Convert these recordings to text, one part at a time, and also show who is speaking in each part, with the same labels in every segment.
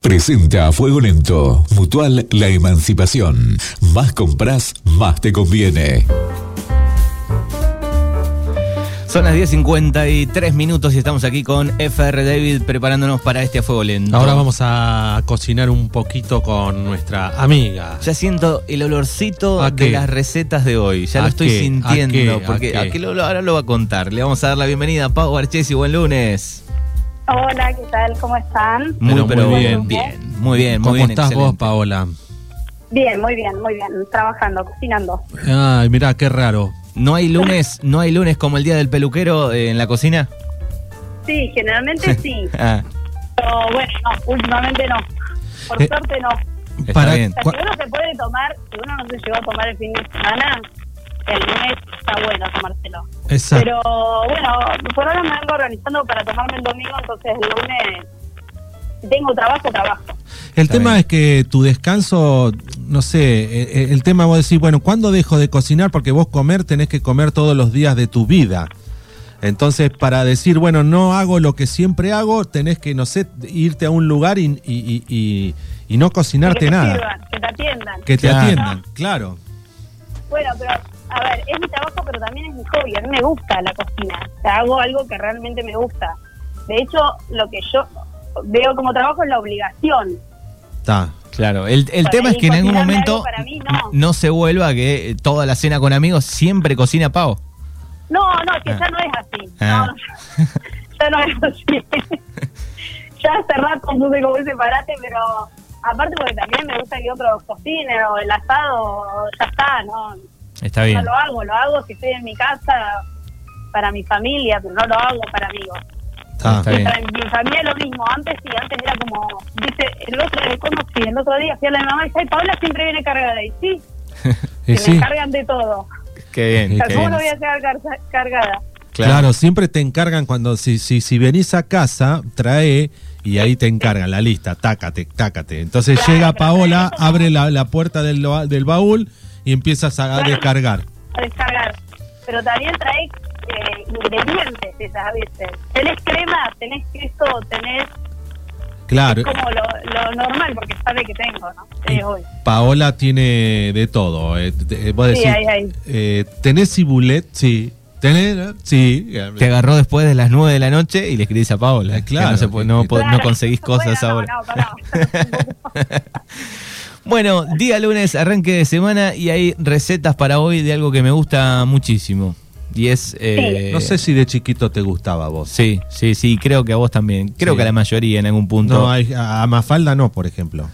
Speaker 1: Presenta a Fuego Lento, Mutual La Emancipación. Más compras, más te conviene.
Speaker 2: Son las 10.53 minutos y estamos aquí con FR David preparándonos para este a fuego lento.
Speaker 3: Ahora vamos a cocinar un poquito con nuestra amiga.
Speaker 2: Ya siento el olorcito
Speaker 3: ¿A
Speaker 2: de
Speaker 3: qué?
Speaker 2: las recetas de hoy. Ya
Speaker 3: ¿A
Speaker 2: lo estoy
Speaker 3: qué? ¿A
Speaker 2: sintiendo.
Speaker 3: qué? ¿A
Speaker 2: Porque
Speaker 3: qué?
Speaker 2: aquí lo- lo- ahora lo va a contar. Le vamos a dar la bienvenida a Pau Archesi. Buen lunes.
Speaker 4: Hola, ¿qué tal? ¿Cómo están?
Speaker 3: Pero muy
Speaker 4: bien.
Speaker 2: bien. Muy bien, muy
Speaker 3: ¿Cómo
Speaker 2: bien.
Speaker 3: estás vos,
Speaker 2: excelente.
Speaker 3: Paola?
Speaker 4: Bien, muy bien, muy bien. Trabajando, cocinando.
Speaker 3: Ay, mirá, qué raro.
Speaker 2: ¿No hay lunes, no hay lunes como el día del peluquero eh, en la cocina?
Speaker 4: Sí, generalmente sí.
Speaker 2: Ah,
Speaker 4: Pero bueno, no, últimamente no. Por
Speaker 3: Eh,
Speaker 4: suerte no. O
Speaker 2: está
Speaker 3: Para-
Speaker 2: bien.
Speaker 4: sea,
Speaker 3: cua-
Speaker 4: si uno se puede tomar, si uno no se llegó a tomar el fin de semana, el lunes está bueno tomárselo.
Speaker 3: Exacto.
Speaker 4: Pero bueno, por ahora me vengo organizando para tomarme el domingo, entonces el lunes, si tengo trabajo, trabajo.
Speaker 3: El
Speaker 2: Está
Speaker 3: tema
Speaker 2: bien.
Speaker 3: es que tu descanso, no sé, eh, eh, el tema vos decís, bueno, ¿cuándo dejo de cocinar? Porque vos comer tenés que comer todos los días de tu vida. Entonces, para decir, bueno, no hago lo que siempre hago, tenés que, no sé, irte a un lugar y, y- y- y- y no
Speaker 4: que
Speaker 3: cocinarte
Speaker 4: te
Speaker 3: nada.
Speaker 4: sirvan, que te atiendan.
Speaker 3: Que te
Speaker 2: Claro.
Speaker 3: atiendan, claro.
Speaker 4: Bueno, pero a ver, es mi trabajo, pero también es mi hobby. A mí me gusta la cocina. O sea, hago algo que realmente me gusta. De hecho, lo que yo veo como trabajo es la obligación.
Speaker 3: Está.
Speaker 2: Claro, el, el
Speaker 4: Para
Speaker 2: tema es
Speaker 4: mí
Speaker 2: que en algún
Speaker 4: cocinarme
Speaker 2: momento
Speaker 4: algo para mí, no.
Speaker 2: no se vuelva que eh, toda la cena con amigos siempre cocina Pau.
Speaker 4: No, no, es que
Speaker 2: Ah.
Speaker 4: ya no es así.
Speaker 2: Ah.
Speaker 4: No, ya no es así. ya hace rato puse como ese parate, pero aparte porque también me gusta que otros cocinen o el asado, ya está, ¿no?
Speaker 2: Está bien.
Speaker 4: No lo hago, lo hago si estoy en mi casa para mi familia, pero no lo hago para amigos.
Speaker 3: Está.
Speaker 2: Está bien.
Speaker 4: Para mi familia lo mismo, antes sí, antes era como, dice, el otro día, ¿cómo sí? El otro día fui a la de mamá y dice, ay, Paula siempre viene cargada, y sí,
Speaker 3: Y
Speaker 4: se
Speaker 3: sí.
Speaker 4: me cargan de todo,
Speaker 2: Qué
Speaker 3: Sí,
Speaker 2: bien.
Speaker 4: O sea,
Speaker 2: qué
Speaker 4: ¿cómo
Speaker 2: bien.
Speaker 4: no voy a llegar car- cargada?
Speaker 3: Claro. siempre te encargan cuando, si, si, si venís a casa, trae y ahí te encargan la lista, tácate, tácate. Entonces
Speaker 4: Claro,
Speaker 3: llega
Speaker 4: pero
Speaker 3: Paola,
Speaker 4: eso no.
Speaker 3: abre la, la puerta del, lo- del baúl y empiezas a, a descargar.
Speaker 4: A descargar, pero también trae eh, ingredientes esas veces, tenés crema, tenés queso, tenés
Speaker 3: Claro,
Speaker 4: como lo, lo normal, porque sabe que tengo, ¿no? Eh, hoy.
Speaker 3: Paola tiene de todo. eh, te- eh, vos
Speaker 4: Sí,
Speaker 3: decís,
Speaker 4: ahí, ahí.
Speaker 3: eh, ¿tenés cibulet? Sí. ¿Tenés? eh? Sí.
Speaker 2: Te agarró después de las 9 de la noche y le escribís a Paola.
Speaker 3: Eh,
Speaker 2: que
Speaker 3: claro.
Speaker 2: no, se puede- no po- no
Speaker 4: Claro.
Speaker 2: conseguís cosas
Speaker 4: Bueno,
Speaker 2: ahora.
Speaker 4: No, no, pará.
Speaker 2: Bueno, día lunes, arranque de semana y hay recetas para hoy de algo que me gusta muchísimo. Y es. eh,
Speaker 3: No sé si de chiquito te gustaba a vos.
Speaker 2: Sí, sí, sí, creo que a vos también. Creo
Speaker 3: Sí.
Speaker 2: que a la mayoría en algún punto.
Speaker 3: No, hay- a a Mafalda no, por ejemplo.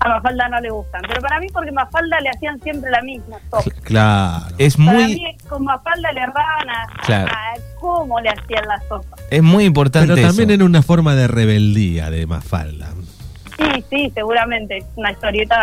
Speaker 4: A Mafalda no le gustan, pero para mí porque a Mafalda le hacían siempre la misma sopa.
Speaker 3: Claro.
Speaker 2: es
Speaker 4: Para
Speaker 2: muy,
Speaker 4: mí, con Mafalda le erraban a, a-
Speaker 2: Claro.
Speaker 4: a cómo le hacían la sopa.
Speaker 2: es muy importante.
Speaker 3: Pero también
Speaker 2: eso.
Speaker 3: era una forma de rebeldía de Mafalda.
Speaker 4: Sí, sí, seguramente. Una historieta.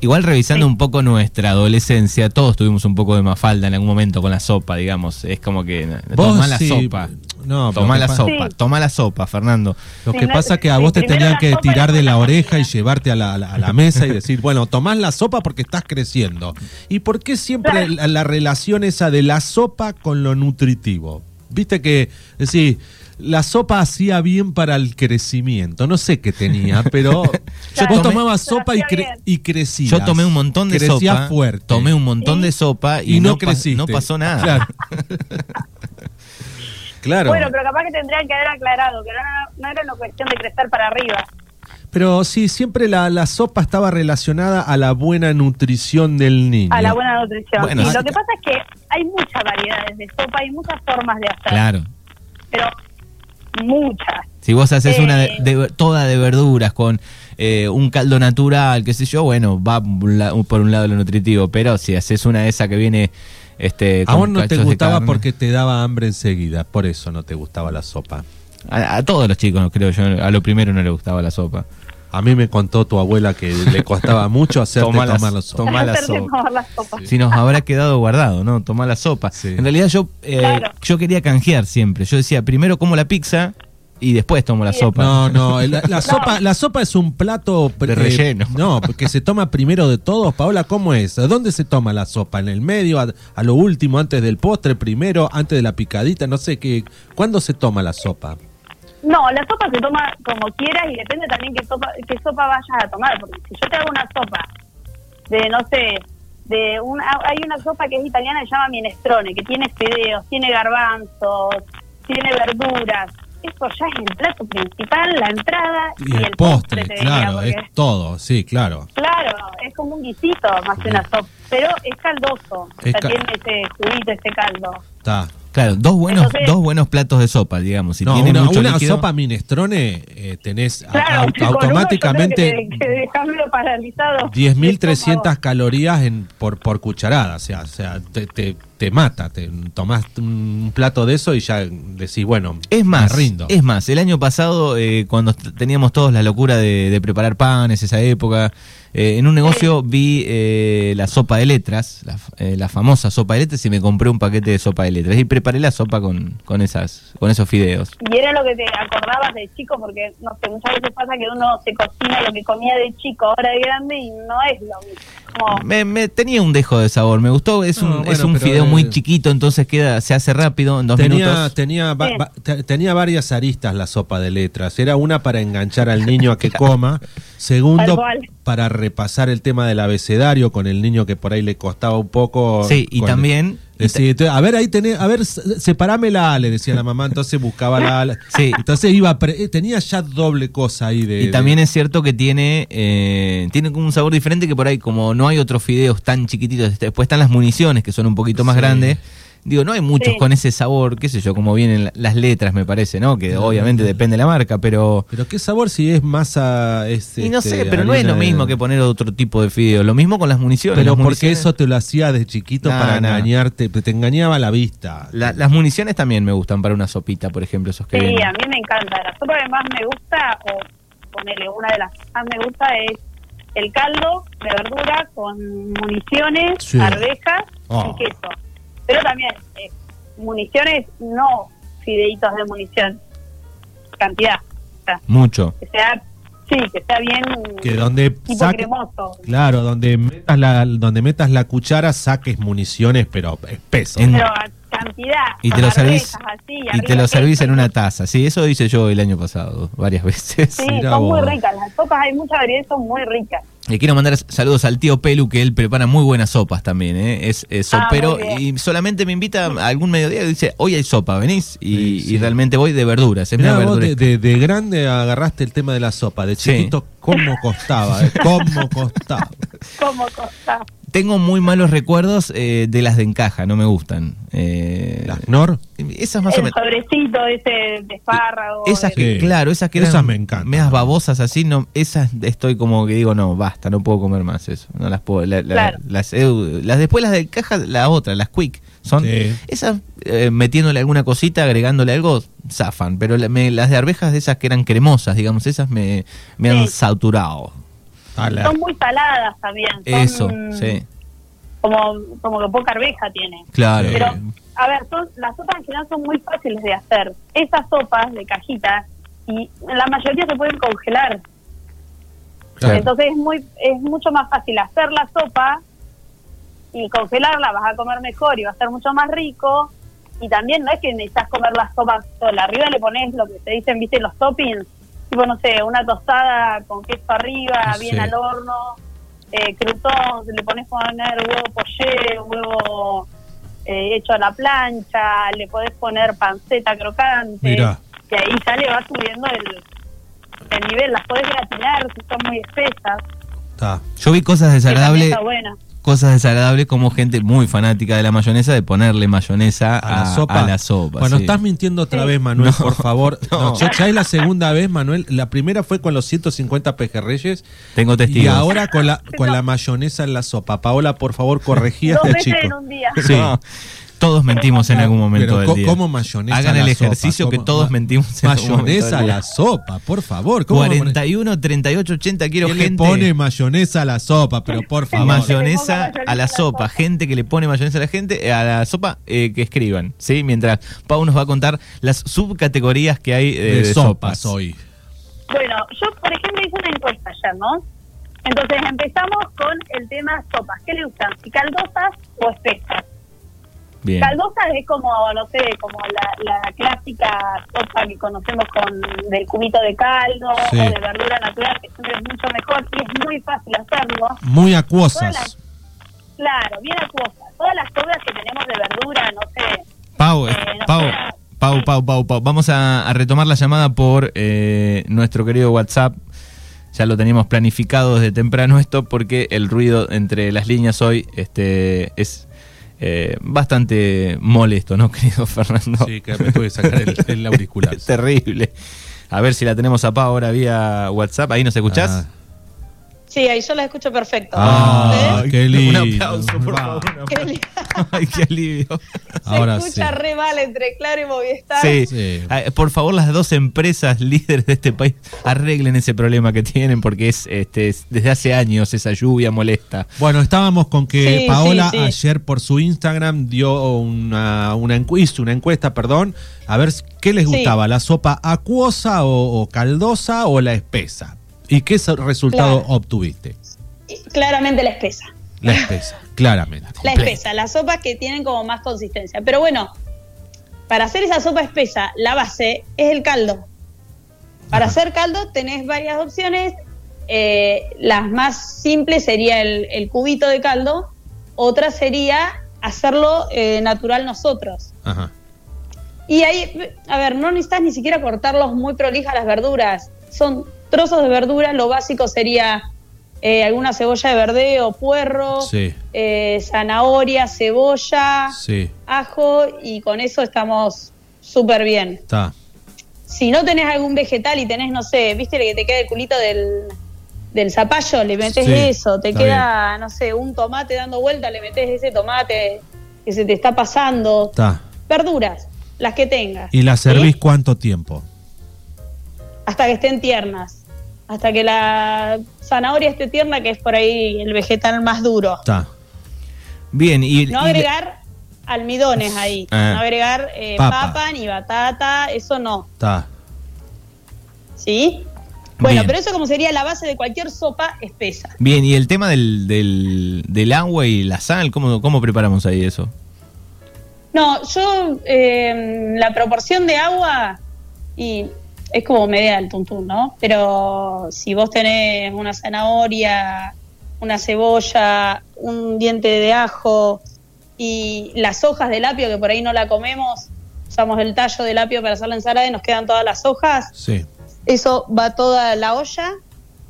Speaker 2: Igual revisando
Speaker 4: Sí.
Speaker 2: un poco nuestra adolescencia, todos tuvimos un poco de mafalda en algún momento con la sopa, digamos. Es como que no,
Speaker 3: Vos
Speaker 2: tomá la
Speaker 3: sí,
Speaker 2: sopa.
Speaker 3: no, pero
Speaker 2: tomá
Speaker 3: que
Speaker 2: la
Speaker 3: pa-
Speaker 2: sopa,
Speaker 4: Sí.
Speaker 2: tomá la sopa, Fernando.
Speaker 3: Lo que
Speaker 4: Primero-
Speaker 3: pasa es que a vos te
Speaker 4: primero
Speaker 3: tenían
Speaker 4: la
Speaker 3: que
Speaker 4: sopa y
Speaker 3: tirar de
Speaker 4: después
Speaker 3: la
Speaker 4: la
Speaker 3: oreja y
Speaker 4: comida.
Speaker 3: llevarte a la, a la- a la mesa y decir, bueno, tomás la sopa porque estás creciendo. ¿Y por qué siempre
Speaker 4: Claro.
Speaker 3: la, la relación esa de la sopa con lo nutritivo? Viste que, decís, la sopa hacía bien para el crecimiento. No sé qué tenía, pero
Speaker 4: Claro.
Speaker 3: vos
Speaker 4: Yo tomé-
Speaker 3: tomabas
Speaker 4: Pero
Speaker 3: sopa y,
Speaker 4: hacía
Speaker 3: cre-
Speaker 4: bien.
Speaker 3: y crecías.
Speaker 2: Yo tomé un montón de
Speaker 3: Crecías
Speaker 2: sopa.
Speaker 3: fuerte.
Speaker 2: Tomé un montón de sopa y,
Speaker 3: y no,
Speaker 2: pa-
Speaker 3: creciste.
Speaker 2: no pasó nada.
Speaker 3: Claro. Claro.
Speaker 4: Bueno, pero capaz que tendrían que haber aclarado que no, era- no era una cuestión de crecer para arriba.
Speaker 3: Pero sí, siempre la, la sopa estaba relacionada a la buena nutrición del niño.
Speaker 4: A la buena nutrición.
Speaker 2: Bueno,
Speaker 4: y
Speaker 2: sí.
Speaker 4: lo que pasa es que hay muchas variedades de sopa, hay muchas formas de hacer.
Speaker 2: Claro.
Speaker 4: Pero muchas.
Speaker 2: Si vos haces
Speaker 4: Eh.
Speaker 2: una de- de- toda de verduras con eh, un caldo natural, qué sé yo, bueno, va un la- por un lado lo nutritivo, pero si haces una de esa que viene este
Speaker 3: A
Speaker 2: con
Speaker 3: vos no te
Speaker 2: cachos de
Speaker 3: gustaba
Speaker 2: carne-
Speaker 3: porque te daba hambre enseguida, por eso no te gustaba la sopa.
Speaker 2: a, a todos los chicos, creo yo, a lo primero no le gustaba la sopa.
Speaker 3: A mí me contó tu abuela que le costaba mucho hacerte
Speaker 2: Tomá la-
Speaker 3: tomar la sopa.
Speaker 2: tomá la
Speaker 4: Hacerse
Speaker 2: sopa.
Speaker 4: tomar la sopa.
Speaker 2: Si nos habrá quedado guardado, ¿no? Tomar la sopa.
Speaker 3: Sí.
Speaker 2: En realidad yo eh,
Speaker 4: Claro.
Speaker 2: yo quería canjear siempre. Yo decía, primero como la pizza y después tomo la
Speaker 4: Sí.
Speaker 2: sopa.
Speaker 3: No, no, la, la sopa, la sopa es un plato pre-
Speaker 2: De relleno.
Speaker 3: no, porque se toma primero de todos. Paola, ¿cómo es? ¿Dónde se toma la sopa? ¿En el medio? ¿A, a lo último? ¿Antes del postre? ¿Primero? ¿Antes de la picadita? No sé qué. ¿Cuándo se toma la sopa?
Speaker 4: No, la sopa se toma como quieras y depende también qué, sopa, qué sopa vayas a tomar. Porque si yo te hago una sopa de, no sé, de un, ah, hay una sopa que es italiana que se llama minestrone, que tiene fideos, tiene garbanzos, tiene verduras. Eso ya es el plato principal, la entrada y,
Speaker 3: Y el postre, claro, es todo, sí, claro.
Speaker 4: Claro, es como un guisito más que una sopa, pero es caldoso.
Speaker 3: Es
Speaker 4: o sea,
Speaker 3: ca-
Speaker 4: tiene ese juguito, ese caldo.
Speaker 3: Está.
Speaker 2: Claro, dos buenos,
Speaker 4: Entonces-
Speaker 2: dos buenos platos de sopa, digamos. Si
Speaker 3: No,
Speaker 2: tienen
Speaker 3: una,
Speaker 2: mucho
Speaker 3: una
Speaker 2: líquido-
Speaker 3: sopa minestrone eh, tenés a- au-
Speaker 4: Claro, con uno yo creo
Speaker 3: automáticamente
Speaker 4: que, que dejarlo paralizado.
Speaker 3: 10.300 calorías en, por, por cucharada. O sea, o sea te, te- te mata. Te tomás un plato de eso y ya decís, bueno,
Speaker 2: Es más,
Speaker 3: me rindo.
Speaker 2: es más, el año pasado, eh, cuando t- teníamos todos la locura de, de preparar panes, esa época, eh, en un negocio vi eh, la sopa de letras, la, f- eh, la famosa sopa de letras, y me compré un paquete de sopa de letras. Y preparé la sopa con, con, esas, con esos fideos.
Speaker 4: Y era lo que te acordabas de chico, porque no sé, muchas veces pasa que uno se cocina lo que comía de chico ahora de grande y no es lo mismo. Como-
Speaker 2: Me, me- tenía un dejo de sabor, me gustó, es un,
Speaker 3: No, bueno,
Speaker 2: es un
Speaker 3: pero,
Speaker 2: fideo
Speaker 3: eh,
Speaker 2: muy chiquito, entonces queda, se hace rápido en dos
Speaker 3: Tenía,
Speaker 2: minutos.
Speaker 3: tenía, va-
Speaker 4: Sí.
Speaker 3: va- te- tenía varias aristas la sopa de letras. Era una para enganchar al niño a que coma.
Speaker 4: Tal
Speaker 3: Segundo,
Speaker 4: cual.
Speaker 3: para repasar el tema del abecedario con el niño que por ahí le costaba un poco.
Speaker 2: Sí, y
Speaker 3: con-
Speaker 2: también-
Speaker 3: Decía, "Entonces, a ver, ahí tenés, a ver, se- separame la A, le decía la mamá. Entonces buscaba la A.
Speaker 2: Sí.
Speaker 3: Entonces iba, pre- eh, tenía ya doble cosa ahí de.
Speaker 2: Y también es cierto que tiene eh, tiene como un sabor diferente que por ahí, como no hay otros fideos tan chiquititos, este, después están las municiones que son un poquito más
Speaker 3: Sí.
Speaker 2: grandes. Digo, no hay muchos
Speaker 4: Sí.
Speaker 2: con ese sabor, qué sé yo, como vienen la- las letras, me parece, ¿no? Que obviamente depende de la marca, pero...
Speaker 3: Pero qué sabor si es masa. Es,
Speaker 2: y no
Speaker 3: este,
Speaker 2: sé, pero no es
Speaker 3: harina
Speaker 2: lo
Speaker 3: de-
Speaker 2: mismo que poner otro tipo de fideo. Lo mismo con las municiones.
Speaker 3: Pero
Speaker 2: las
Speaker 3: porque
Speaker 2: municiones-
Speaker 3: eso te lo hacía de chiquito
Speaker 2: No,
Speaker 3: para
Speaker 2: no.
Speaker 3: engañarte, te te engañaba la vista.
Speaker 2: la- las municiones también me gustan para una sopita, por ejemplo, esos que
Speaker 4: Sí,
Speaker 2: vienen.
Speaker 4: a mí me encanta. La sopa que más me gusta, o ponerle una de las que más me gusta, es el caldo de verdura con municiones,
Speaker 3: Sí.
Speaker 4: arvejas
Speaker 3: Oh.
Speaker 4: y queso. Pero también eh, municiones, no fideitos de munición, cantidad. O sea,
Speaker 2: Mucho.
Speaker 4: que sea, sí, que sea bien
Speaker 3: que donde
Speaker 4: tipo
Speaker 3: saque-
Speaker 4: cremoso.
Speaker 3: claro donde metas la donde metas la cuchara saques municiones pero espeso
Speaker 2: En-
Speaker 4: Pero a cantidad.
Speaker 2: Y te
Speaker 4: con
Speaker 2: lo servís,
Speaker 4: arvejas así,
Speaker 2: y
Speaker 4: arriba
Speaker 2: te lo
Speaker 4: queso,
Speaker 2: servís en
Speaker 4: y
Speaker 2: una taza. Sí, eso hice yo el año pasado, varias veces.
Speaker 4: Sí,
Speaker 3: Mirá
Speaker 4: son muy
Speaker 3: vos.
Speaker 4: ricas. Las sopas hay mucha variedad, son muy ricas.
Speaker 2: Le quiero mandar saludos al tío Pelu, que él prepara muy buenas sopas también, ¿eh? es, es
Speaker 4: Ah, muy
Speaker 2: sopero
Speaker 4: bien.
Speaker 2: y solamente me invita a algún mediodía y dice, hoy hay sopa, venís, y,
Speaker 3: Sí, sí.
Speaker 2: y realmente voy de verduras, es
Speaker 3: Mirá,
Speaker 2: una
Speaker 3: vos de,
Speaker 2: verdura.
Speaker 3: de- de grande agarraste el tema de la sopa de
Speaker 2: Sí.
Speaker 3: chiquito cómo costaba eh, cómo costaba
Speaker 4: ¿Cómo costa?
Speaker 2: Tengo muy malos recuerdos eh, de las de encaja, no me gustan. Eh,
Speaker 3: las nor
Speaker 2: esas más o
Speaker 4: el
Speaker 2: menos...
Speaker 4: sobrecito ese de espárrago.
Speaker 2: Esas
Speaker 4: de-
Speaker 2: que,
Speaker 3: Sí.
Speaker 2: claro, esas que eran
Speaker 3: Esas me encantan.
Speaker 2: medias babosas así, no, esas estoy como que digo, no, basta, no puedo comer más eso. No las puedo, la- la-
Speaker 4: Claro.
Speaker 2: las, eu- las después las de caja, la otra, las quick, son
Speaker 3: Sí.
Speaker 2: esas eh, metiéndole alguna cosita, agregándole algo, zafan, pero la- me- las de arvejas de esas que eran cremosas, digamos, esas me, me han
Speaker 4: Sí.
Speaker 2: saturado.
Speaker 3: a la-
Speaker 4: Son muy saladas también. son
Speaker 2: Eso, sí,
Speaker 4: Como, como que poca arveja tiene.
Speaker 2: claro.
Speaker 4: Pero, a ver, son, las sopas en general son muy fáciles de hacer. Esas sopas de cajita, y la mayoría se pueden congelar.
Speaker 2: Claro.
Speaker 4: Entonces es, muy, es mucho más fácil hacer la sopa y congelarla, vas a comer mejor y va a ser mucho más rico. Y también no es que necesitas comer las sopas sola. Arriba le pones lo que te dicen, viste, los toppings. Tipo, no sé, una tostada con queso arriba,
Speaker 3: Sí.
Speaker 4: bien al horno, eh, crutón, le pones poner huevo poché, huevo eh, hecho a la plancha, le podés poner panceta crocante.
Speaker 3: Mirá.
Speaker 4: Y ahí sale, va subiendo el, el nivel. Las podés gratinar si son muy espesas.
Speaker 3: está.
Speaker 2: Yo vi cosas
Speaker 4: que también
Speaker 2: desagradables,
Speaker 4: Está buena.
Speaker 2: cosas desagradables como gente muy fanática de la mayonesa, de ponerle mayonesa
Speaker 3: a la
Speaker 2: a,
Speaker 3: sopa
Speaker 2: Ah, a la sopa.
Speaker 3: bueno
Speaker 2: sí.
Speaker 3: estás mintiendo otra
Speaker 4: Sí.
Speaker 3: vez Manuel por favor
Speaker 2: no.
Speaker 3: No, ya, ya es la segunda vez Manuel la primera fue con los 150 pejerreyes
Speaker 2: Tengo testigos.
Speaker 3: y ahora con la con la mayonesa en la sopa Paola por favor corregí a
Speaker 4: Dos
Speaker 3: este
Speaker 4: veces en
Speaker 3: chico
Speaker 4: un día.
Speaker 3: Sí.
Speaker 2: No, todos mentimos en algún momento
Speaker 3: Pero
Speaker 2: del
Speaker 3: co-
Speaker 2: día.
Speaker 3: ¿cómo mayonesa
Speaker 2: Hagan
Speaker 3: a la
Speaker 2: el
Speaker 3: sopa?
Speaker 2: ejercicio que
Speaker 3: ¿Cómo
Speaker 2: todos
Speaker 3: ma-
Speaker 2: mentimos en algún momento
Speaker 3: Mayonesa a
Speaker 2: del día.
Speaker 3: la sopa, por favor. ¿Cómo
Speaker 2: 41, 38, 80, quiero
Speaker 3: ¿Quién le
Speaker 2: gente.
Speaker 3: pone mayonesa a la sopa? Pero por favor.
Speaker 2: Mayonesa a la
Speaker 4: Que le ponga mayonesa a
Speaker 2: sopa,
Speaker 4: la sopa.
Speaker 2: gente que le pone mayonesa a la gente, eh, a la sopa, eh, que escriban, ¿sí? Mientras Pau nos va a contar las subcategorías que hay eh,
Speaker 3: de,
Speaker 2: de
Speaker 3: sopas
Speaker 2: sopas.
Speaker 3: hoy.
Speaker 4: Bueno, yo por ejemplo hice una encuesta ayer, ¿no? Entonces empezamos con el tema sopas. ¿Qué le gustan? ¿Si caldosas o espesas?
Speaker 2: Bien.
Speaker 4: Caldosa es como, no sé, como la, la clásica sopa que conocemos con del cubito de caldo
Speaker 3: Sí.
Speaker 4: o de verdura natural, que siempre es mucho mejor y es muy fácil hacerlo.
Speaker 3: Muy
Speaker 4: Hola.
Speaker 3: acuosas.
Speaker 4: Claro, bien acuosa. Todas las sobras que tenemos de verdura, no sé,
Speaker 2: Pau,
Speaker 4: Eh,
Speaker 2: Pau,
Speaker 4: no sé.
Speaker 2: Pau, Pau, Pau, Pau. Vamos a, a retomar la llamada por eh, nuestro querido WhatsApp. Ya lo teníamos planificado desde temprano esto porque el ruido entre las líneas hoy este, es eh, bastante molesto, ¿no, querido Fernando?
Speaker 3: Sí, que me tuve que sacar el, el auricular.
Speaker 2: Es terrible. A ver si la tenemos a Pau ahora vía WhatsApp. ¿Ahí nos escuchás?
Speaker 3: Ah.
Speaker 5: Sí, ahí yo las escucho perfecto.
Speaker 3: Ah,
Speaker 5: ¿Ves?
Speaker 3: qué lindo.
Speaker 2: Un aplauso, por favor.
Speaker 5: Qué li-
Speaker 2: Ay, qué alivio.
Speaker 5: Se
Speaker 3: Ahora
Speaker 5: escucha
Speaker 3: sí.
Speaker 5: re mal entre Claro y Movistar.
Speaker 2: Sí.
Speaker 3: Sí.
Speaker 2: Ah, Por favor, las dos empresas líderes de este país arreglen ese problema que tienen porque es este es- desde hace años esa lluvia molesta.
Speaker 3: Bueno, estábamos con que
Speaker 5: Sí,
Speaker 3: Paola
Speaker 5: sí, sí.
Speaker 3: ayer por su Instagram dio una, una encuesta, una encuesta, perdón, a ver s- qué les
Speaker 5: Sí.
Speaker 3: gustaba, la sopa acuosa o, o caldosa o la espesa. ¿Y qué so- resultado
Speaker 5: Claro.
Speaker 3: obtuviste?
Speaker 5: Y claramente la espesa.
Speaker 3: La espesa, claramente.
Speaker 5: La espesa, las sopas que tienen como más consistencia. Pero bueno, para hacer esa sopa espesa, la base es el caldo. Para hacer caldo tenés varias opciones. Eh, las más simples sería el, el cubito de caldo. Otra sería hacerlo eh, natural nosotros.
Speaker 3: Ajá.
Speaker 5: Y ahí, a ver, no necesitas ni siquiera cortarlos muy prolijas las verduras. Son trozos de verdura, lo básico sería eh, alguna cebolla de verdeo, puerro,
Speaker 3: Sí.
Speaker 5: eh, zanahoria, cebolla,
Speaker 3: Sí,
Speaker 5: ajo, y con eso estamos súper bien.
Speaker 3: está.
Speaker 5: Si no tenés algún vegetal y tenés, no sé, viste el que te queda el culito del, del zapallo, le metes
Speaker 3: Sí,
Speaker 5: eso, te
Speaker 3: está
Speaker 5: queda, no sé, un tomate dando vuelta, le metes ese tomate que se te está pasando.
Speaker 3: Está.
Speaker 5: Verduras, las que tengas.
Speaker 3: ¿Y la
Speaker 5: ¿Sí?
Speaker 3: servís cuánto tiempo?
Speaker 5: hasta que estén tiernas. Hasta que la zanahoria esté tierna, que es por ahí el vegetal más duro.
Speaker 3: Está.
Speaker 2: Bien, y,
Speaker 5: No
Speaker 2: y-
Speaker 5: agregar almidones ahí.
Speaker 2: Ah.
Speaker 5: No agregar eh,
Speaker 3: Papa.
Speaker 5: papa. ni batata, eso no.
Speaker 3: Está.
Speaker 5: ¿Sí? Bueno,
Speaker 2: Bien.
Speaker 5: pero eso como sería la base de cualquier sopa espesa.
Speaker 2: bien, y el tema del, del, del agua y la sal, ¿cómo, ¿cómo preparamos ahí eso?
Speaker 5: No, yo eh, la proporción de agua y es como media del tuntún, ¿no? Pero si vos tenés una zanahoria, una cebolla, un diente de ajo y las hojas del apio, que por ahí no la comemos, usamos el tallo del apio para hacer la ensalada y nos quedan todas las hojas,
Speaker 3: Sí.
Speaker 5: eso va toda la olla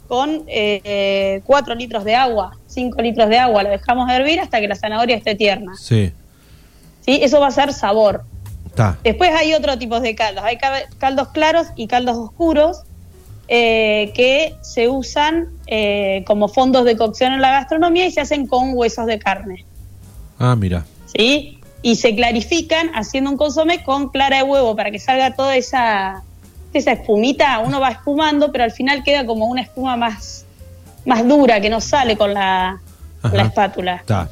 Speaker 5: con 4 litros de agua, 5 litros de agua, lo dejamos hervir hasta que la zanahoria esté tierna.
Speaker 3: Sí.
Speaker 5: ¿sí? Eso va a ser sabor.
Speaker 3: Está.
Speaker 5: Después hay otro tipo de caldos. Hay ca- caldos claros y caldos oscuros eh, que se usan eh, como fondos de cocción en la gastronomía y se hacen con huesos de carne.
Speaker 3: Ah, mira.
Speaker 5: ¿sí? Y se clarifican haciendo un consomé con clara de huevo para que salga toda esa, esa espumita. Uno va espumando, pero al final queda como una espuma más, más dura que no sale con la, con la
Speaker 3: Ajá.
Speaker 5: espátula.
Speaker 3: Está.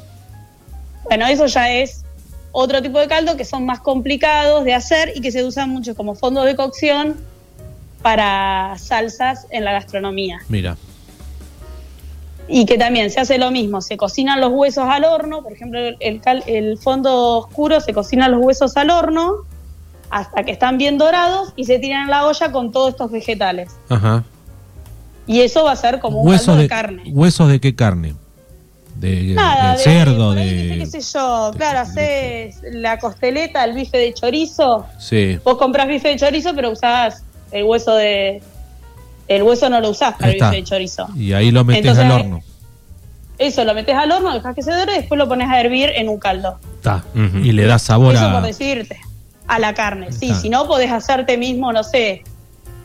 Speaker 5: Bueno, eso ya es otro tipo de caldo que son más complicados de hacer y que se usan mucho como fondos de cocción para salsas en la gastronomía.
Speaker 3: Mira.
Speaker 5: Y que también se hace lo mismo, se cocinan los huesos al horno, por ejemplo, el, el cal- el fondo oscuro se cocinan los huesos al horno hasta que están bien dorados y se tiran en la olla con todos estos vegetales.
Speaker 3: Ajá.
Speaker 5: Y eso va a ser como un caldo de, carne.
Speaker 3: ¿Huesos de qué carne? De,
Speaker 5: Nada,
Speaker 3: de
Speaker 5: de-
Speaker 3: cerdo,
Speaker 5: por ahí,
Speaker 3: de...
Speaker 5: qué sé yo,
Speaker 3: de-
Speaker 5: claro,
Speaker 3: de-
Speaker 5: haces la costeleta, el bife de chorizo,
Speaker 3: Sí,
Speaker 5: Vos comprás bife de chorizo, pero usás el hueso de. El hueso no lo usás para
Speaker 3: ahí
Speaker 5: el
Speaker 3: está.
Speaker 5: bife de chorizo.
Speaker 3: Y ahí lo metes
Speaker 5: Entonces,
Speaker 3: al horno.
Speaker 5: Eso lo metes al horno, dejas que se dore y después lo pones a hervir en un caldo.
Speaker 3: Está. Y le da sabor
Speaker 5: Eso por
Speaker 3: a...
Speaker 5: decirte. A la carne. Sí,
Speaker 3: Está.
Speaker 5: si no, podés hacerte mismo, no sé,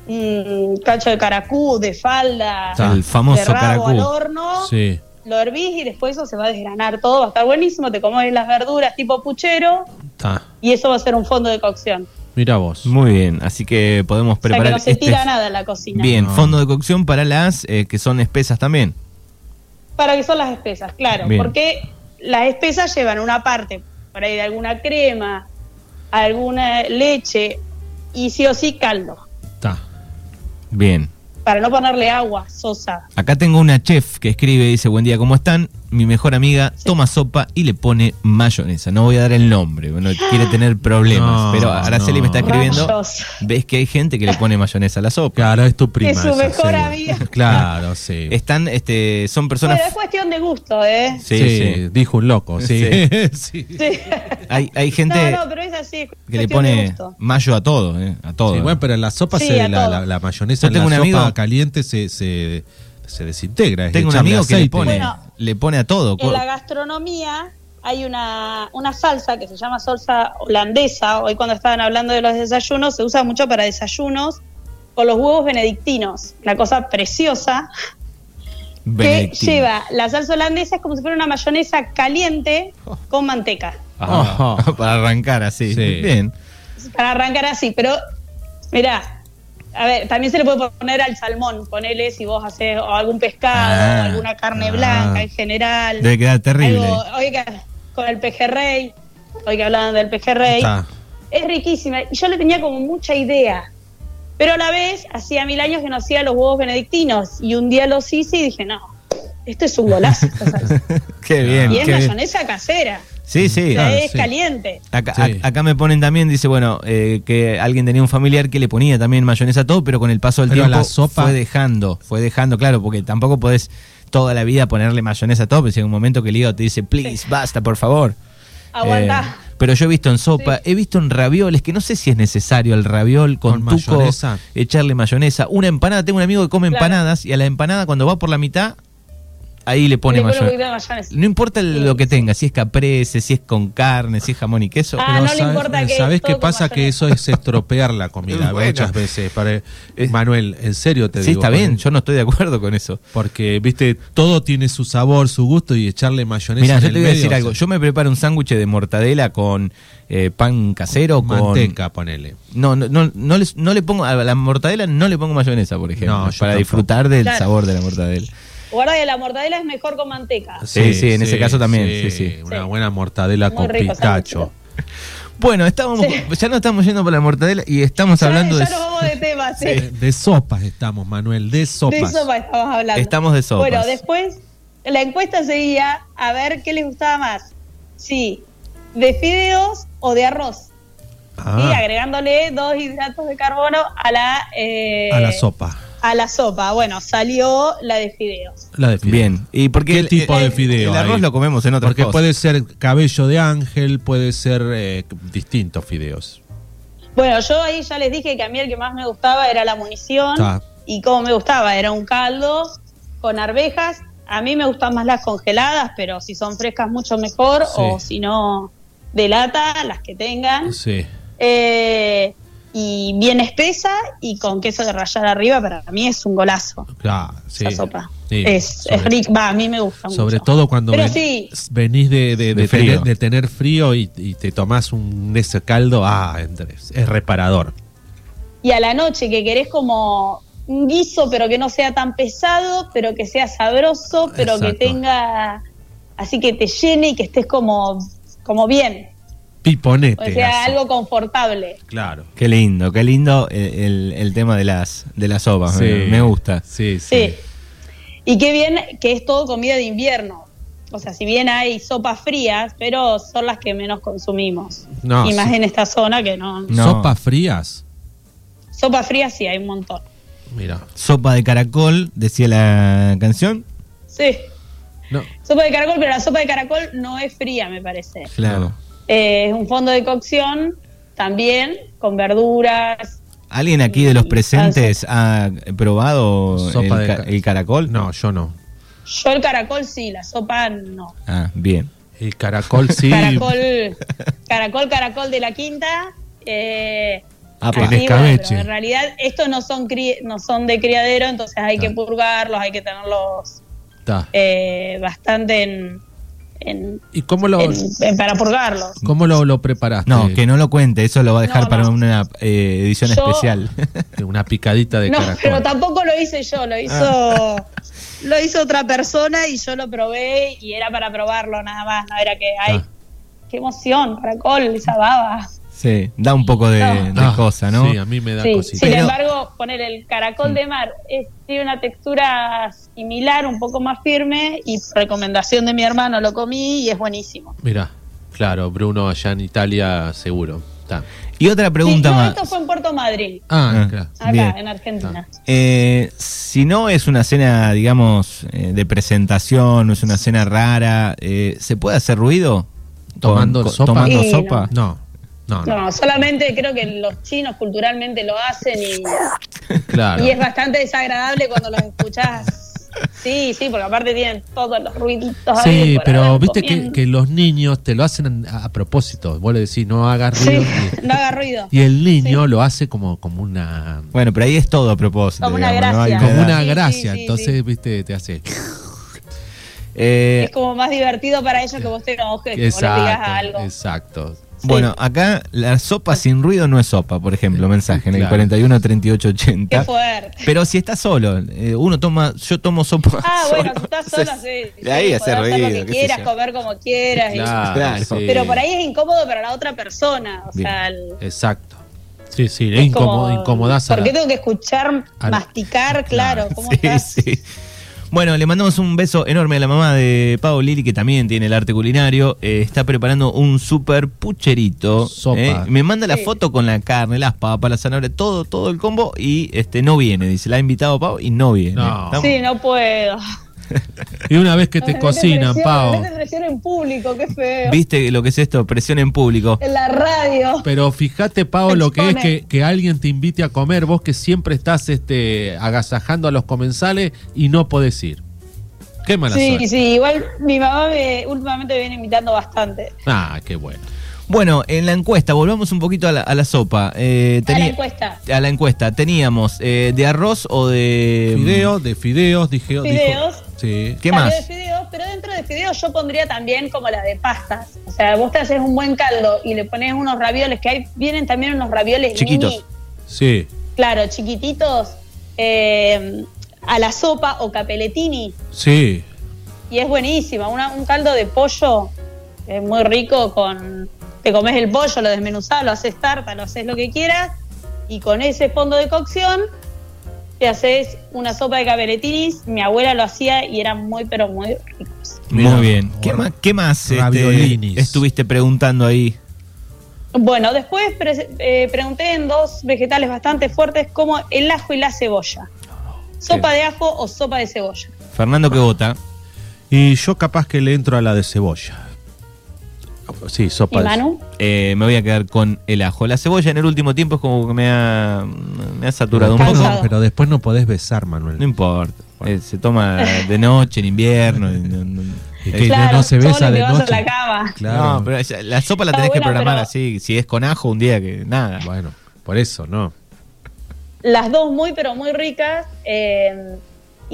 Speaker 5: un cacho de caracú, de falda,
Speaker 3: Está.
Speaker 2: el famoso
Speaker 5: de rabo al
Speaker 2: caracú.
Speaker 5: horno.
Speaker 3: Sí,
Speaker 5: Lo hervís y después eso se va a desgranar todo, va a estar buenísimo. Te comes las verduras tipo puchero
Speaker 3: está.
Speaker 5: y eso va a ser un fondo de cocción.
Speaker 3: Mira vos.
Speaker 2: Muy bien, así que podemos
Speaker 5: o sea que
Speaker 2: preparar
Speaker 5: no se
Speaker 2: este-
Speaker 5: tira nada en la cocina.
Speaker 2: Bien,
Speaker 3: No.
Speaker 2: fondo de cocción para las eh, que son espesas también.
Speaker 5: Para que son las espesas, claro.
Speaker 2: Bien.
Speaker 5: Porque las espesas llevan una parte, por ahí de alguna crema, alguna leche y sí o sí caldo.
Speaker 3: Está.
Speaker 2: Bien.
Speaker 5: Para no ponerle agua sosa.
Speaker 2: Acá tengo una chef que escribe, dice, buen día, ¿cómo están? mi mejor amiga toma sopa y le pone mayonesa. No voy a dar el nombre, no quiere tener problemas.
Speaker 3: No,
Speaker 2: pero Araceli
Speaker 3: no.
Speaker 2: me está escribiendo.
Speaker 5: Rayos.
Speaker 2: Ves que hay gente que le pone mayonesa a la sopa.
Speaker 3: Claro, es tu prima.
Speaker 5: Es su
Speaker 3: esa,
Speaker 5: mejor
Speaker 3: sí.
Speaker 5: amiga.
Speaker 3: Claro, sí.
Speaker 2: Están, este, son personas.
Speaker 5: Bueno, es cuestión de gusto, ¿eh?
Speaker 2: Sí,
Speaker 3: sí,
Speaker 2: sí.
Speaker 3: dijo un loco, sí. Sí.
Speaker 5: Sí.
Speaker 2: Hay, hay gente
Speaker 5: No, no, pero es así. es
Speaker 2: que le
Speaker 5: cuestión de
Speaker 2: pone
Speaker 5: gusto.
Speaker 2: mayo a todo, eh, a todo.
Speaker 3: Sí, bueno, pero en la sopa,
Speaker 5: Sí,
Speaker 3: se-
Speaker 5: a
Speaker 3: la,
Speaker 5: todo.
Speaker 3: la- la mayonesa
Speaker 2: Yo tengo
Speaker 3: en la
Speaker 2: un
Speaker 3: sopa
Speaker 2: amigo-
Speaker 3: caliente se, se, se desintegra. es
Speaker 2: Tengo un
Speaker 3: echarle
Speaker 2: amigo que le
Speaker 3: aceite.
Speaker 2: pone,
Speaker 5: Bueno.
Speaker 2: le pone a todo.
Speaker 5: En la gastronomía hay una, una salsa que se llama salsa holandesa. Hoy cuando estaban hablando de los desayunos, se usa mucho para desayunos con los huevos benedictinos. Una cosa preciosa
Speaker 2: Benedictino.
Speaker 5: que lleva la salsa holandesa es como si fuera una mayonesa caliente
Speaker 2: Oh.
Speaker 5: con manteca.
Speaker 2: Ah,
Speaker 3: Ajá.
Speaker 2: para arrancar así.
Speaker 3: Sí.
Speaker 2: Bien.
Speaker 5: Para arrancar así, pero mirá, a ver, también se le puede poner al salmón, ponele si vos haces o algún pescado,
Speaker 2: Ah,
Speaker 5: o alguna carne
Speaker 2: ah.
Speaker 5: blanca en general.
Speaker 2: Debe quedar terrible.
Speaker 5: Algo, oiga, con el pejerrey, hoy que hablaban del pejerrey,
Speaker 3: Está.
Speaker 5: es riquísima. Y yo le tenía como mucha idea. Pero a la vez, hacía mil años que no hacía los huevos benedictinos. Y un día los hice y dije, no, esto es un golazo. esta salsa.
Speaker 2: Qué bien.
Speaker 5: y es
Speaker 2: qué bien.
Speaker 5: mayonesa casera.
Speaker 2: Sí, sí.
Speaker 5: o sea,
Speaker 3: claro,
Speaker 5: es
Speaker 3: sí.
Speaker 5: caliente.
Speaker 2: Acá,
Speaker 3: Sí.
Speaker 2: a- acá me ponen también, dice, bueno, eh, que alguien tenía un familiar que le ponía también mayonesa a todo, pero con el paso del
Speaker 3: Pero a
Speaker 2: tiempo
Speaker 3: la sopa.
Speaker 2: fue dejando, fue dejando, claro, porque tampoco podés toda la vida ponerle mayonesa a todo, pero si en un momento que el hígado te dice, please, basta, por favor.
Speaker 5: Aguantá.
Speaker 2: Eh, pero yo he visto en sopa, he visto en ravioles, que no sé si es necesario el raviol con,
Speaker 3: ¿Con
Speaker 2: tuco,
Speaker 3: mayonesa?
Speaker 2: echarle mayonesa. Una empanada, tengo un amigo que come
Speaker 5: Claro.
Speaker 2: empanadas y a la empanada cuando va por la mitad, ahí le pone
Speaker 5: Le pongo
Speaker 2: mayonesa.
Speaker 5: un poquito de mayonesa.
Speaker 2: No importa el- lo que tenga, si es caprese, si es con carne, si es jamón y queso.
Speaker 5: Ah, no le importa que
Speaker 3: ¿Sabés
Speaker 5: todo
Speaker 3: qué
Speaker 5: con
Speaker 3: pasa? Que
Speaker 5: mayonesa.
Speaker 3: eso es estropear la comida
Speaker 2: Bueno. Eh.
Speaker 3: muchas veces. Para- eh, Manuel, en serio te
Speaker 2: sí,
Speaker 3: digo.
Speaker 2: está
Speaker 3: porque-
Speaker 2: bien, yo no estoy de acuerdo con eso.
Speaker 3: Porque, viste, todo tiene su sabor, su gusto y echarle mayonesa.
Speaker 2: Mira,
Speaker 3: en
Speaker 2: yo
Speaker 3: el
Speaker 2: te voy a
Speaker 3: medio,
Speaker 2: decir
Speaker 3: o
Speaker 2: algo.
Speaker 3: sea,
Speaker 2: Yo me preparo un sándwich de mortadela con eh, pan casero, con.
Speaker 3: Manteca, ponele.
Speaker 2: No, no, no, no les- no le pongo. A la mortadela no le pongo mayonesa, por ejemplo.
Speaker 3: No, yo
Speaker 2: para
Speaker 3: tampoco.
Speaker 2: disfrutar del
Speaker 5: Claro.
Speaker 2: sabor de la mortadela.
Speaker 5: Guarda que la mortadela es mejor con manteca.
Speaker 2: Sí, sí, en ese caso también, sí, sí.
Speaker 3: Una
Speaker 5: Sí.
Speaker 3: buena mortadela
Speaker 5: Muy
Speaker 3: con
Speaker 5: rico,
Speaker 3: pistacho.
Speaker 5: sándwich.
Speaker 2: Bueno, estábamos, ya no estamos yendo para la mortadela y estamos
Speaker 5: Ya-
Speaker 2: hablando
Speaker 5: ya
Speaker 2: de.
Speaker 5: nos vamos de tema, sí.
Speaker 3: Eh, De sopas estamos, Manuel, de sopas.
Speaker 5: De sopa estamos hablando.
Speaker 2: Estamos de sopas.
Speaker 5: Bueno, después la encuesta sería a ver qué les gustaba más. Sí, de fideos o de arroz. Y
Speaker 3: Ah,
Speaker 5: agregándole dos hidratos de carbono a la, eh,
Speaker 3: a la sopa.
Speaker 5: a la sopa. Bueno, salió la de fideos.
Speaker 3: La de fideo.
Speaker 2: Bien. ¿Y porque
Speaker 3: ¿Qué
Speaker 2: el,
Speaker 3: tipo
Speaker 2: el-
Speaker 3: de fideo
Speaker 2: El arroz
Speaker 3: hay?
Speaker 2: lo comemos en otras
Speaker 3: Porque
Speaker 2: cosas.
Speaker 3: puede ser cabello de ángel, puede ser eh, distintos fideos.
Speaker 5: Bueno, yo ahí ya les dije que a mí el que más me gustaba era la munición.
Speaker 3: Está.
Speaker 5: Y como me gustaba, era un caldo con arvejas. A mí me gustan más las congeladas, pero si son frescas mucho mejor.
Speaker 3: Sí.
Speaker 5: O si no, de lata, las que tengan.
Speaker 3: Sí.
Speaker 5: Eh, y bien espesa y con queso de rallar arriba, para mí es un golazo
Speaker 3: Claro, sí.
Speaker 5: esa sopa.
Speaker 3: Sí,
Speaker 5: es,
Speaker 3: sobre-
Speaker 5: es rico, va, a mí me gusta
Speaker 3: Sobre
Speaker 5: mucho.
Speaker 3: todo cuando
Speaker 5: Pero
Speaker 3: ven-
Speaker 5: sí.
Speaker 3: venís de, de-
Speaker 2: De
Speaker 3: de
Speaker 2: frío.
Speaker 3: Tener, de tener frío y, y te tomás un ese caldo, ah, entre- es reparador.
Speaker 5: Y a la noche que querés como un guiso, pero que no sea tan pesado, pero que sea sabroso, pero que
Speaker 3: Exacto.
Speaker 5: tenga, así que te llene y que estés como, como bien.
Speaker 3: Piponete.
Speaker 5: O sea,
Speaker 3: así.
Speaker 5: algo confortable.
Speaker 3: Claro.
Speaker 2: Qué lindo, qué lindo eh, el, el tema de las, de las sopas.
Speaker 3: Sí.
Speaker 2: Pues, eh, Me, me gusta.
Speaker 3: Sí,
Speaker 5: Sí.
Speaker 3: sí.
Speaker 5: Y qué bien que es todo comida de invierno. O sea, si bien hay sopas frías, pero son las que menos consumimos.
Speaker 3: No,
Speaker 5: y más
Speaker 3: sí.
Speaker 5: en esta zona que no.
Speaker 2: No.
Speaker 3: Sopas frías.
Speaker 5: Sopas frías sí hay un montón.
Speaker 3: Mira.
Speaker 2: Sopa de caracol, decía la canción.
Speaker 5: Sí.
Speaker 3: No.
Speaker 5: Sopa de caracol, pero la sopa de caracol no es fría, me parece.
Speaker 2: Claro.
Speaker 5: Eh, es un fondo de cocción también, con verduras.
Speaker 2: ¿Alguien aquí
Speaker 5: Mm,
Speaker 2: de los presentes
Speaker 5: ah,
Speaker 2: ha probado el,
Speaker 3: Sopa de
Speaker 2: ca-
Speaker 3: ca-
Speaker 2: el caracol?
Speaker 3: No, yo no.
Speaker 5: Yo el caracol sí, la sopa no.
Speaker 2: Ah, bien.
Speaker 3: El caracol sí.
Speaker 5: Caracol, caracol, caracol de la quinta. Eh,
Speaker 2: Ah,
Speaker 5: así,
Speaker 2: en
Speaker 5: bueno,
Speaker 3: escabeche.
Speaker 5: pero en realidad estos no son, cri- no son de criadero, entonces hay que
Speaker 3: Ah.
Speaker 5: purgarlos, hay que tenerlos
Speaker 3: Está.
Speaker 5: eh, bastante en, en-
Speaker 3: ¿Y cómo lo,
Speaker 5: en- en- para purgarlos.
Speaker 3: cómo lo, lo preparaste?
Speaker 2: No, que no lo cuente, eso lo va a dejar
Speaker 5: No,
Speaker 2: para
Speaker 5: no.
Speaker 2: una eh, edición
Speaker 5: Yo-
Speaker 2: especial.
Speaker 3: Una picadita de Ah.
Speaker 5: No,
Speaker 3: caracol.
Speaker 5: pero tampoco lo hice yo, lo hizo lo hizo otra persona y yo lo probé y era para probarlo nada más, no era que ay,
Speaker 3: Ah.
Speaker 5: qué emoción, caracol, esa baba.
Speaker 2: Sí, da un poco de, de
Speaker 3: Ah,
Speaker 2: cosa, ¿no?
Speaker 3: Sí, a mí me da
Speaker 5: Sí,
Speaker 3: cosita. Mm.
Speaker 5: sin
Speaker 2: Pero-
Speaker 5: embargo, poner el caracol de mar es, tiene una textura similar, un poco más firme, y por recomendación de mi hermano lo comí y es buenísimo.
Speaker 3: Mira, claro, Bruno allá en Italia seguro. Está.
Speaker 2: Y otra pregunta
Speaker 5: Sí, no,
Speaker 2: más.
Speaker 5: esto fue en Puerto Madryn,
Speaker 3: Ah,
Speaker 2: Ah.
Speaker 3: claro.
Speaker 5: acá,
Speaker 2: Bien.
Speaker 5: en Argentina.
Speaker 2: Eh, si no es una cena, digamos, eh, de presentación, no es una cena rara, eh, ¿se puede hacer ruido?
Speaker 3: ¿Tomando sopa?
Speaker 2: tomando
Speaker 5: Sí,
Speaker 2: sopa?
Speaker 3: No, no, no.
Speaker 5: No, solamente creo que los chinos culturalmente lo hacen y,
Speaker 3: Claro.
Speaker 5: y es bastante desagradable cuando los escuchás. Sí, sí, porque aparte tienen todos los ruiditos. ahí
Speaker 3: Sí,
Speaker 5: por
Speaker 3: pero
Speaker 5: haber
Speaker 3: viste que,
Speaker 5: comiendo.
Speaker 3: que los niños te lo hacen a, a propósito. Vos le decís, no hagas
Speaker 5: Sí,
Speaker 3: ruido.
Speaker 5: no haga ruido.
Speaker 3: Y, y el niño lo hace como, como una.
Speaker 2: Bueno, pero ahí es todo a propósito.
Speaker 5: Como una
Speaker 2: digamos, ¿no? Hay
Speaker 5: gracia.
Speaker 2: que dar-
Speaker 3: Como una
Speaker 5: Sí, sí,
Speaker 3: gracia.
Speaker 5: sí,
Speaker 3: Entonces,
Speaker 5: sí.
Speaker 3: viste, te hace.
Speaker 2: Eh,
Speaker 5: Es como más divertido para ellos que vos te enojes, que vos le digas algo.
Speaker 3: Exacto, exacto.
Speaker 5: Sí.
Speaker 2: Bueno, acá la sopa sin ruido no es sopa, por ejemplo, mensaje en el
Speaker 3: Claro.
Speaker 2: 41 38
Speaker 5: Qué
Speaker 2: 80.
Speaker 5: fuerte.
Speaker 2: Pero si está solo, eh, uno toma, yo tomo sopa.
Speaker 5: Ah,
Speaker 2: solo,
Speaker 5: bueno, si estás
Speaker 2: entonces,
Speaker 5: solo, sí.
Speaker 2: de ahí
Speaker 5: sí,
Speaker 2: hace
Speaker 5: podés
Speaker 2: ruido.
Speaker 5: hacer lo que
Speaker 2: qué sé
Speaker 5: quieras,
Speaker 2: yo.
Speaker 5: comer como quieras. y-
Speaker 3: Claro,
Speaker 2: Claro.
Speaker 3: sí.
Speaker 5: Pero por ahí es incómodo para la otra persona. O
Speaker 2: Bien.
Speaker 5: sea, el-
Speaker 3: Exacto. Sí, sí,
Speaker 5: es
Speaker 3: incomo-
Speaker 5: como,
Speaker 3: incomodás a la-
Speaker 5: ¿Por qué tengo que escuchar,
Speaker 3: a la-
Speaker 5: masticar? Claro,
Speaker 3: Claro,
Speaker 5: ¿cómo
Speaker 2: Sí,
Speaker 5: estás?
Speaker 2: sí. Bueno, le mandamos un beso enorme a la mamá de Pau Lili, que también tiene el arte culinario. Eh, está preparando un super pucherito.
Speaker 3: Sopa.
Speaker 2: eh. Me manda la
Speaker 5: Sí.
Speaker 2: foto con la carne, las papas, la zanahoria, todo, todo el combo. Y este no viene, dice. La ha invitado Pau y no viene.
Speaker 3: No.
Speaker 2: Estamos-
Speaker 5: Sí, no puedo.
Speaker 3: Y una vez que te
Speaker 5: No,
Speaker 3: cocinan,
Speaker 5: no te
Speaker 3: Pau.
Speaker 5: presionen, No te presionen en público, qué feo.
Speaker 2: ¿Viste lo que es esto? Presión en público.
Speaker 5: En la radio.
Speaker 3: Pero fíjate, Pau, lo que es
Speaker 5: Expone.
Speaker 3: que, que alguien te invite a comer, vos que siempre estás este, agasajando a los comensales y no podés ir. Qué mala
Speaker 5: Sí,
Speaker 3: suerte.
Speaker 5: sí, igual mi mamá me, últimamente me viene invitando bastante.
Speaker 3: Ah, qué bueno.
Speaker 2: Bueno, en la encuesta, volvamos un poquito a la, a la sopa. Eh,
Speaker 5: A la
Speaker 2: teni-
Speaker 5: encuesta.
Speaker 2: a la encuesta, teníamos eh, de arroz o de.
Speaker 3: Fideos, de fideos, dije.
Speaker 5: dijo- Fideos.
Speaker 3: Sí.
Speaker 2: ¿Qué
Speaker 5: Salió
Speaker 2: más?
Speaker 5: de fideos, pero dentro de fideos yo pondría también como la de pastas. O sea, vos te haces un buen caldo y le pones unos ravioles, que hay, vienen también unos ravioles
Speaker 2: Chiquitos.
Speaker 5: mini,
Speaker 3: Sí.
Speaker 5: claro, chiquititos, eh, a la sopa o capelletini.
Speaker 3: Sí.
Speaker 5: Y es buenísima, una- un caldo de pollo eh, muy rico con... Te comes el pollo, lo desmenuzás, lo haces tarta, lo haces lo que quieras y con ese fondo de cocción te haces una sopa de capelletinis. Mi abuela lo hacía y eran muy, pero muy ricos.
Speaker 2: Muy
Speaker 3: Mirá,
Speaker 2: bien. ¿Qué
Speaker 3: bueno.
Speaker 2: más, qué más este,
Speaker 3: Raviolinis.
Speaker 2: estuviste preguntando ahí?
Speaker 5: Bueno, después pre- eh, pregunté en dos vegetales bastante fuertes como el ajo y la cebolla. Sopa de ajo o sopa de cebolla.
Speaker 2: Fernando que vota.
Speaker 3: Y yo capaz que le entro a la de cebolla. Sí, sopa
Speaker 5: ¿Y Manu?
Speaker 2: Eh, me voy a quedar con el ajo. La cebolla en el último tiempo es como que me ha, me ha saturado un
Speaker 5: Cansado.
Speaker 2: poco.
Speaker 3: pero después no podés besar,
Speaker 2: No
Speaker 3: Manuel.
Speaker 2: importa. Eh, se toma de noche, en invierno. en- en- en-
Speaker 3: Es
Speaker 2: eh,
Speaker 3: que
Speaker 5: claro,
Speaker 3: no se besa
Speaker 5: solo
Speaker 3: de
Speaker 5: te vas
Speaker 3: noche.
Speaker 5: a la cama.
Speaker 3: Claro.
Speaker 2: No, pero esa- la sopa la
Speaker 5: Está
Speaker 2: tenés que
Speaker 5: buena,
Speaker 2: programar
Speaker 5: pero-
Speaker 2: así. Si es con ajo, un día que nada.
Speaker 3: Bueno, por eso, ¿no?
Speaker 5: Las dos muy, pero muy ricas. eh,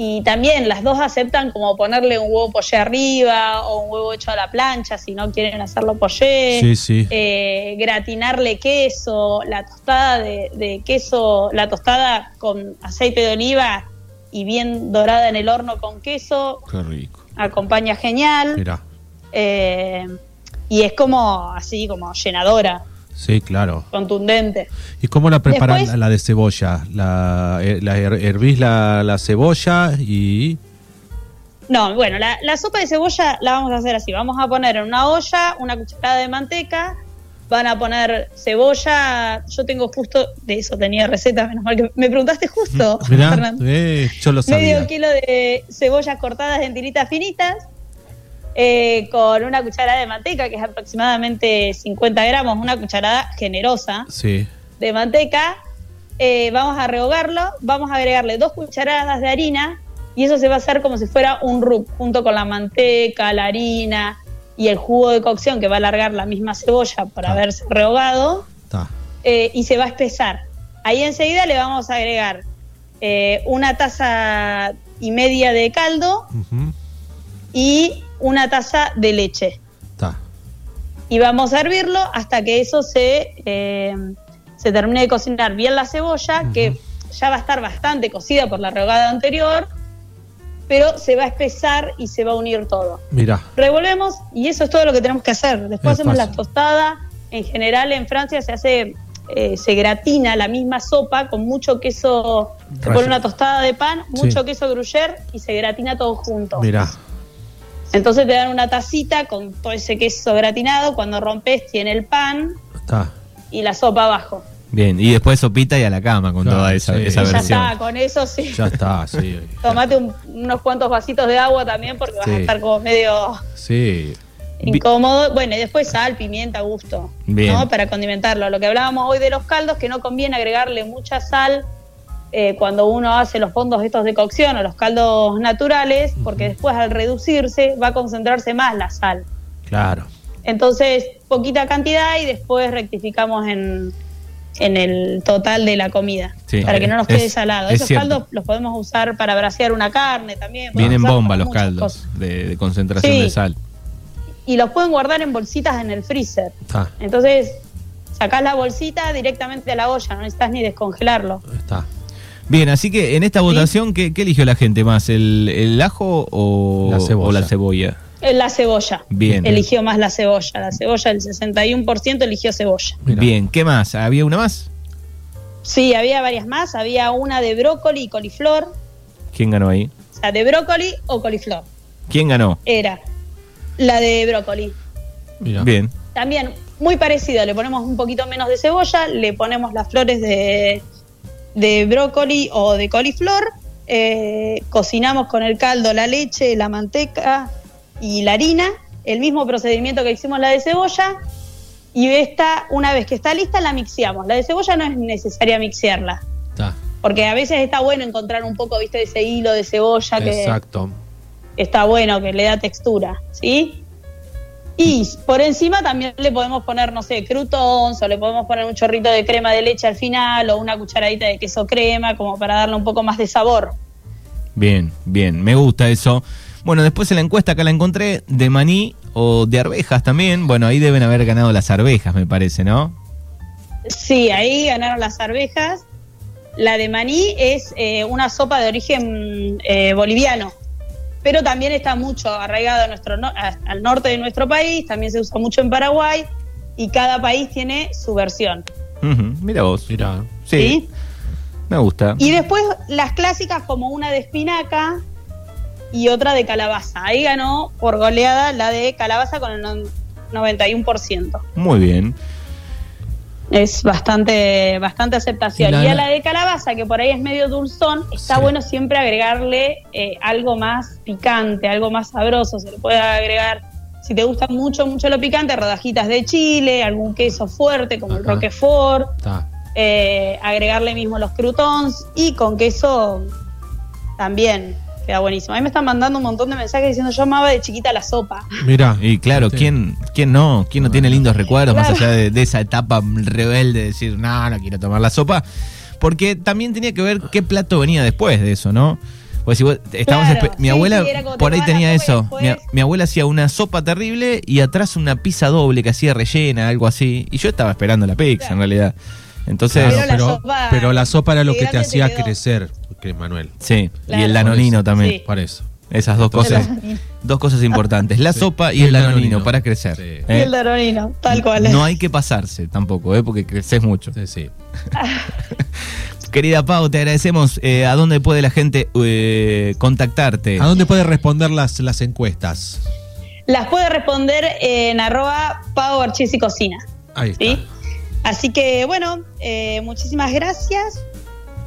Speaker 5: y también las dos aceptan como ponerle un huevo poché arriba o un huevo hecho a la plancha si no quieren hacerlo poché.
Speaker 3: Sí, sí.
Speaker 5: eh, gratinarle queso, la tostada de, de queso, la tostada con aceite de oliva y bien dorada en el horno con queso,
Speaker 2: Qué rico.
Speaker 5: acompaña genial.
Speaker 3: Mirá.
Speaker 5: eh, y es como así, como llenadora,
Speaker 3: Sí, claro.
Speaker 5: contundente.
Speaker 3: ¿Y cómo la preparan
Speaker 5: Después-
Speaker 3: la de cebolla? La, eh, la her- hervís la, la cebolla y...
Speaker 5: No, bueno, la, la sopa de cebolla la vamos a hacer así. Vamos a poner en una olla una cucharada de manteca, van a poner cebolla, yo tengo justo, de eso tenía receta, menos mal que me preguntaste justo,
Speaker 3: Mm, Mirá,
Speaker 5: Fernando.
Speaker 3: eh, yo lo
Speaker 5: medio
Speaker 3: sabía.
Speaker 5: kilo de cebollas cortadas en tiritas finitas, eh, con una cucharada de manteca, que es aproximadamente 50 gramos, una cucharada generosa
Speaker 3: Sí,
Speaker 5: de manteca. eh, vamos a rehogarlo, vamos a agregarle dos cucharadas de harina y eso se va a hacer como si fuera un rub, junto con la manteca, la harina y el jugo de cocción que va a alargar la misma cebolla por
Speaker 3: Ah.
Speaker 5: haberse rehogado
Speaker 3: está.
Speaker 5: eh, y se va a espesar. Ahí enseguida le vamos a agregar eh, una taza y media de caldo
Speaker 3: Ujú,
Speaker 5: y una taza de leche.
Speaker 3: está.
Speaker 5: Y vamos a hervirlo hasta que eso se, eh, se termine de cocinar bien la cebolla, que ya va a estar bastante cocida por la rehogada anterior, pero se va a espesar y se va a unir todo.
Speaker 3: Mirá,
Speaker 5: Revolvemos y eso es todo lo que tenemos que hacer. Después
Speaker 3: Es
Speaker 5: hacemos la
Speaker 3: fácil.
Speaker 5: tostada en general en Francia se hace, eh, se gratina la misma sopa con mucho queso, se pone una tostada de pan, mucho
Speaker 3: Sí.
Speaker 5: queso gruyère y se gratina todo junto.
Speaker 3: Mirá,
Speaker 5: Entonces te dan una tacita con todo ese queso gratinado, cuando rompes tiene el pan
Speaker 3: está.
Speaker 5: y la sopa abajo.
Speaker 2: Bien, y después sopita y a la cama con
Speaker 3: Claro,
Speaker 2: toda esa,
Speaker 3: sí.
Speaker 2: esa
Speaker 3: Ya
Speaker 5: Ya
Speaker 2: versión.
Speaker 5: está, con eso sí.
Speaker 3: Ya está, sí.
Speaker 5: Tomate un- unos cuantos vasitos de agua también porque vas
Speaker 3: Sí.
Speaker 5: a estar como medio
Speaker 3: Sí.
Speaker 2: Vi-
Speaker 5: incómodo. Bueno, y después sal, pimienta a gusto,
Speaker 2: Bien.
Speaker 5: ¿no? Para condimentarlo. Lo que hablábamos hoy de los caldos, que no conviene agregarle mucha sal eh, cuando uno hace los fondos estos de cocción o los caldos naturales, porque después al reducirse va a concentrarse más la sal.
Speaker 3: Claro.
Speaker 5: Entonces, poquita cantidad y después rectificamos en, en el total de la comida.
Speaker 2: Sí,
Speaker 5: para que no nos
Speaker 2: es-
Speaker 5: quede salado.
Speaker 2: es
Speaker 5: Esos
Speaker 2: cierto.
Speaker 5: caldos los podemos usar para brasear una carne también. podemos
Speaker 2: Vienen
Speaker 5: usar
Speaker 2: bomba
Speaker 5: para
Speaker 2: los
Speaker 5: muchas
Speaker 2: caldos
Speaker 5: cosas.
Speaker 2: de, de concentración
Speaker 5: Sí.
Speaker 2: de sal.
Speaker 5: Y los pueden guardar en bolsitas en el freezer.
Speaker 3: Está,
Speaker 5: Entonces, sacás la bolsita directamente a la olla, no necesitas ni descongelarlo.
Speaker 3: está.
Speaker 2: Bien, así que en esta votación, ¿qué, qué eligió la gente más? ¿El, el ajo o
Speaker 3: La cebolla.
Speaker 2: o la cebolla?
Speaker 5: Eh, La cebolla.
Speaker 2: Bien.
Speaker 5: Eligió más la cebolla. La cebolla, el 61% eligió cebolla.
Speaker 3: Mirá.
Speaker 2: Bien, ¿qué más? ¿Había una más?
Speaker 5: Sí, había varias más. Había una de brócoli y coliflor.
Speaker 2: ¿Quién ganó ahí?
Speaker 5: O sea, de brócoli o coliflor.
Speaker 2: ¿Quién ganó?
Speaker 5: Era la de brócoli.
Speaker 3: Mirá.
Speaker 2: Bien.
Speaker 5: También muy parecido, le ponemos un poquito menos de cebolla, le ponemos las flores de, de brócoli o de coliflor, eh, cocinamos con el caldo la leche, la manteca y la harina, el mismo procedimiento que hicimos la de cebolla, y esta, una vez que está lista, la mixeamos. La de cebolla no es necesaria mixearla,
Speaker 3: Está.
Speaker 5: porque a veces está bueno encontrar un poco, viste, ese hilo de cebolla que
Speaker 3: Exacto.
Speaker 5: está bueno, que le da textura, ¿sí? Y por encima también le podemos poner, no sé, croutons o le podemos poner un chorrito de crema de leche al final o una cucharadita de queso crema como para darle un poco más de sabor.
Speaker 2: Bien, bien, me gusta eso. Bueno, después en la encuesta acá la encontré de maní o de arvejas también. Bueno, ahí deben haber ganado las arvejas, me parece, ¿no?
Speaker 5: Sí, ahí ganaron las arvejas. La de maní es eh, una sopa de origen eh, boliviano, pero también está mucho arraigado a nuestro no- a- al norte de nuestro país, también se usa mucho en Paraguay y cada país tiene su versión.
Speaker 2: Ujú, mira vos.
Speaker 3: Mirá.
Speaker 2: Sí,
Speaker 5: ¿sí?
Speaker 2: me gusta.
Speaker 5: Y después las clásicas como una de espinaca y otra de calabaza. Ahí ganó por goleada la de calabaza con el non- 91%.
Speaker 2: Muy bien.
Speaker 5: Es bastante, bastante aceptación.
Speaker 3: Y
Speaker 5: Y,
Speaker 3: la-
Speaker 5: a la de calabaza, que por ahí es medio dulzón, está
Speaker 3: Sí.
Speaker 5: bueno siempre agregarle eh, algo más picante, algo más sabroso. Se le puede agregar, si te gusta mucho, mucho lo picante, rodajitas de chile, algún queso fuerte como el
Speaker 3: Ajá.
Speaker 5: roquefort
Speaker 3: Está.
Speaker 5: eh, agregarle mismo los croutons y con queso también queda buenísimo. A mí me están mandando un montón de mensajes diciendo yo amaba de chiquita la sopa.
Speaker 3: Mirá. Este.
Speaker 2: Y claro,
Speaker 3: Sí.
Speaker 2: ¿quién, quién no? ¿Quién no tiene lindos recuerdos
Speaker 5: Claro.
Speaker 2: más allá de, de esa etapa rebelde de decir, no, no quiero tomar la sopa? Porque también tenía que ver qué plato venía después de eso, ¿no? Pues si vos- estabas
Speaker 5: Claro,
Speaker 2: espe- mi
Speaker 5: sí,
Speaker 2: abuela
Speaker 5: sí, era como te
Speaker 2: por ahí
Speaker 5: tomabas la
Speaker 2: tenía
Speaker 5: sopa y
Speaker 2: eso. Mi, a-
Speaker 5: después-
Speaker 2: mi abuela hacía una sopa terrible y atrás una pizza doble que hacía rellena, algo así. Y yo estaba esperando la pizza en
Speaker 5: Claro.
Speaker 2: realidad. Entonces,
Speaker 3: Claro,
Speaker 5: Pero la
Speaker 3: pero,
Speaker 5: sopa-
Speaker 3: pero la sopa era lo
Speaker 5: de
Speaker 3: que te
Speaker 5: grande te
Speaker 3: hacía
Speaker 5: quedó.
Speaker 3: crecer, que- Manuel.
Speaker 2: sí, y
Speaker 5: Claro.
Speaker 2: el danonino también.
Speaker 5: Sí.
Speaker 3: Por eso.
Speaker 2: Esas dos cosas, dos cosas importantes, la
Speaker 3: Sí.
Speaker 2: sopa y
Speaker 3: Y
Speaker 2: el,
Speaker 3: el
Speaker 2: danonino,
Speaker 3: danonino.
Speaker 2: para crecer.
Speaker 3: Sí.
Speaker 5: Y
Speaker 2: ¿eh?
Speaker 5: el danonino, tal cual.
Speaker 2: No hay que pasarse tampoco, ¿eh? porque creces mucho.
Speaker 3: Sí, sí.
Speaker 2: Querida Pau, te agradecemos. Eh, ¿A dónde puede la gente eh, contactarte?
Speaker 3: ¿A dónde puedes responder las, las encuestas?
Speaker 5: Las puede responder en arroba Pau Archis y Cocina.
Speaker 3: Ahí está.
Speaker 5: ¿sí? Así que bueno, eh, muchísimas gracias.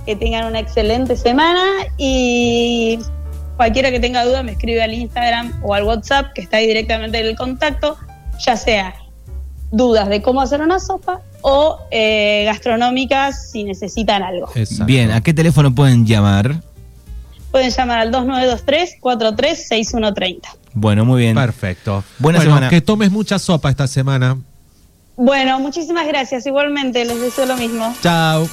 Speaker 5: Que tengan una excelente semana y cualquiera que tenga duda me escribe al Instagram o al WhatsApp que está ahí directamente en el contacto, ya sea dudas de cómo hacer una sopa o eh, gastronómicas si necesitan algo.
Speaker 3: Exacto.
Speaker 2: Bien, ¿a qué teléfono pueden llamar?
Speaker 5: Pueden llamar al 2923-436130.
Speaker 2: Bueno, muy bien.
Speaker 3: Perfecto.
Speaker 2: Buena
Speaker 3: bueno,
Speaker 2: semana.
Speaker 3: que tomes mucha sopa esta semana.
Speaker 5: Bueno, muchísimas gracias. Igualmente les deseo lo mismo.
Speaker 3: Chao.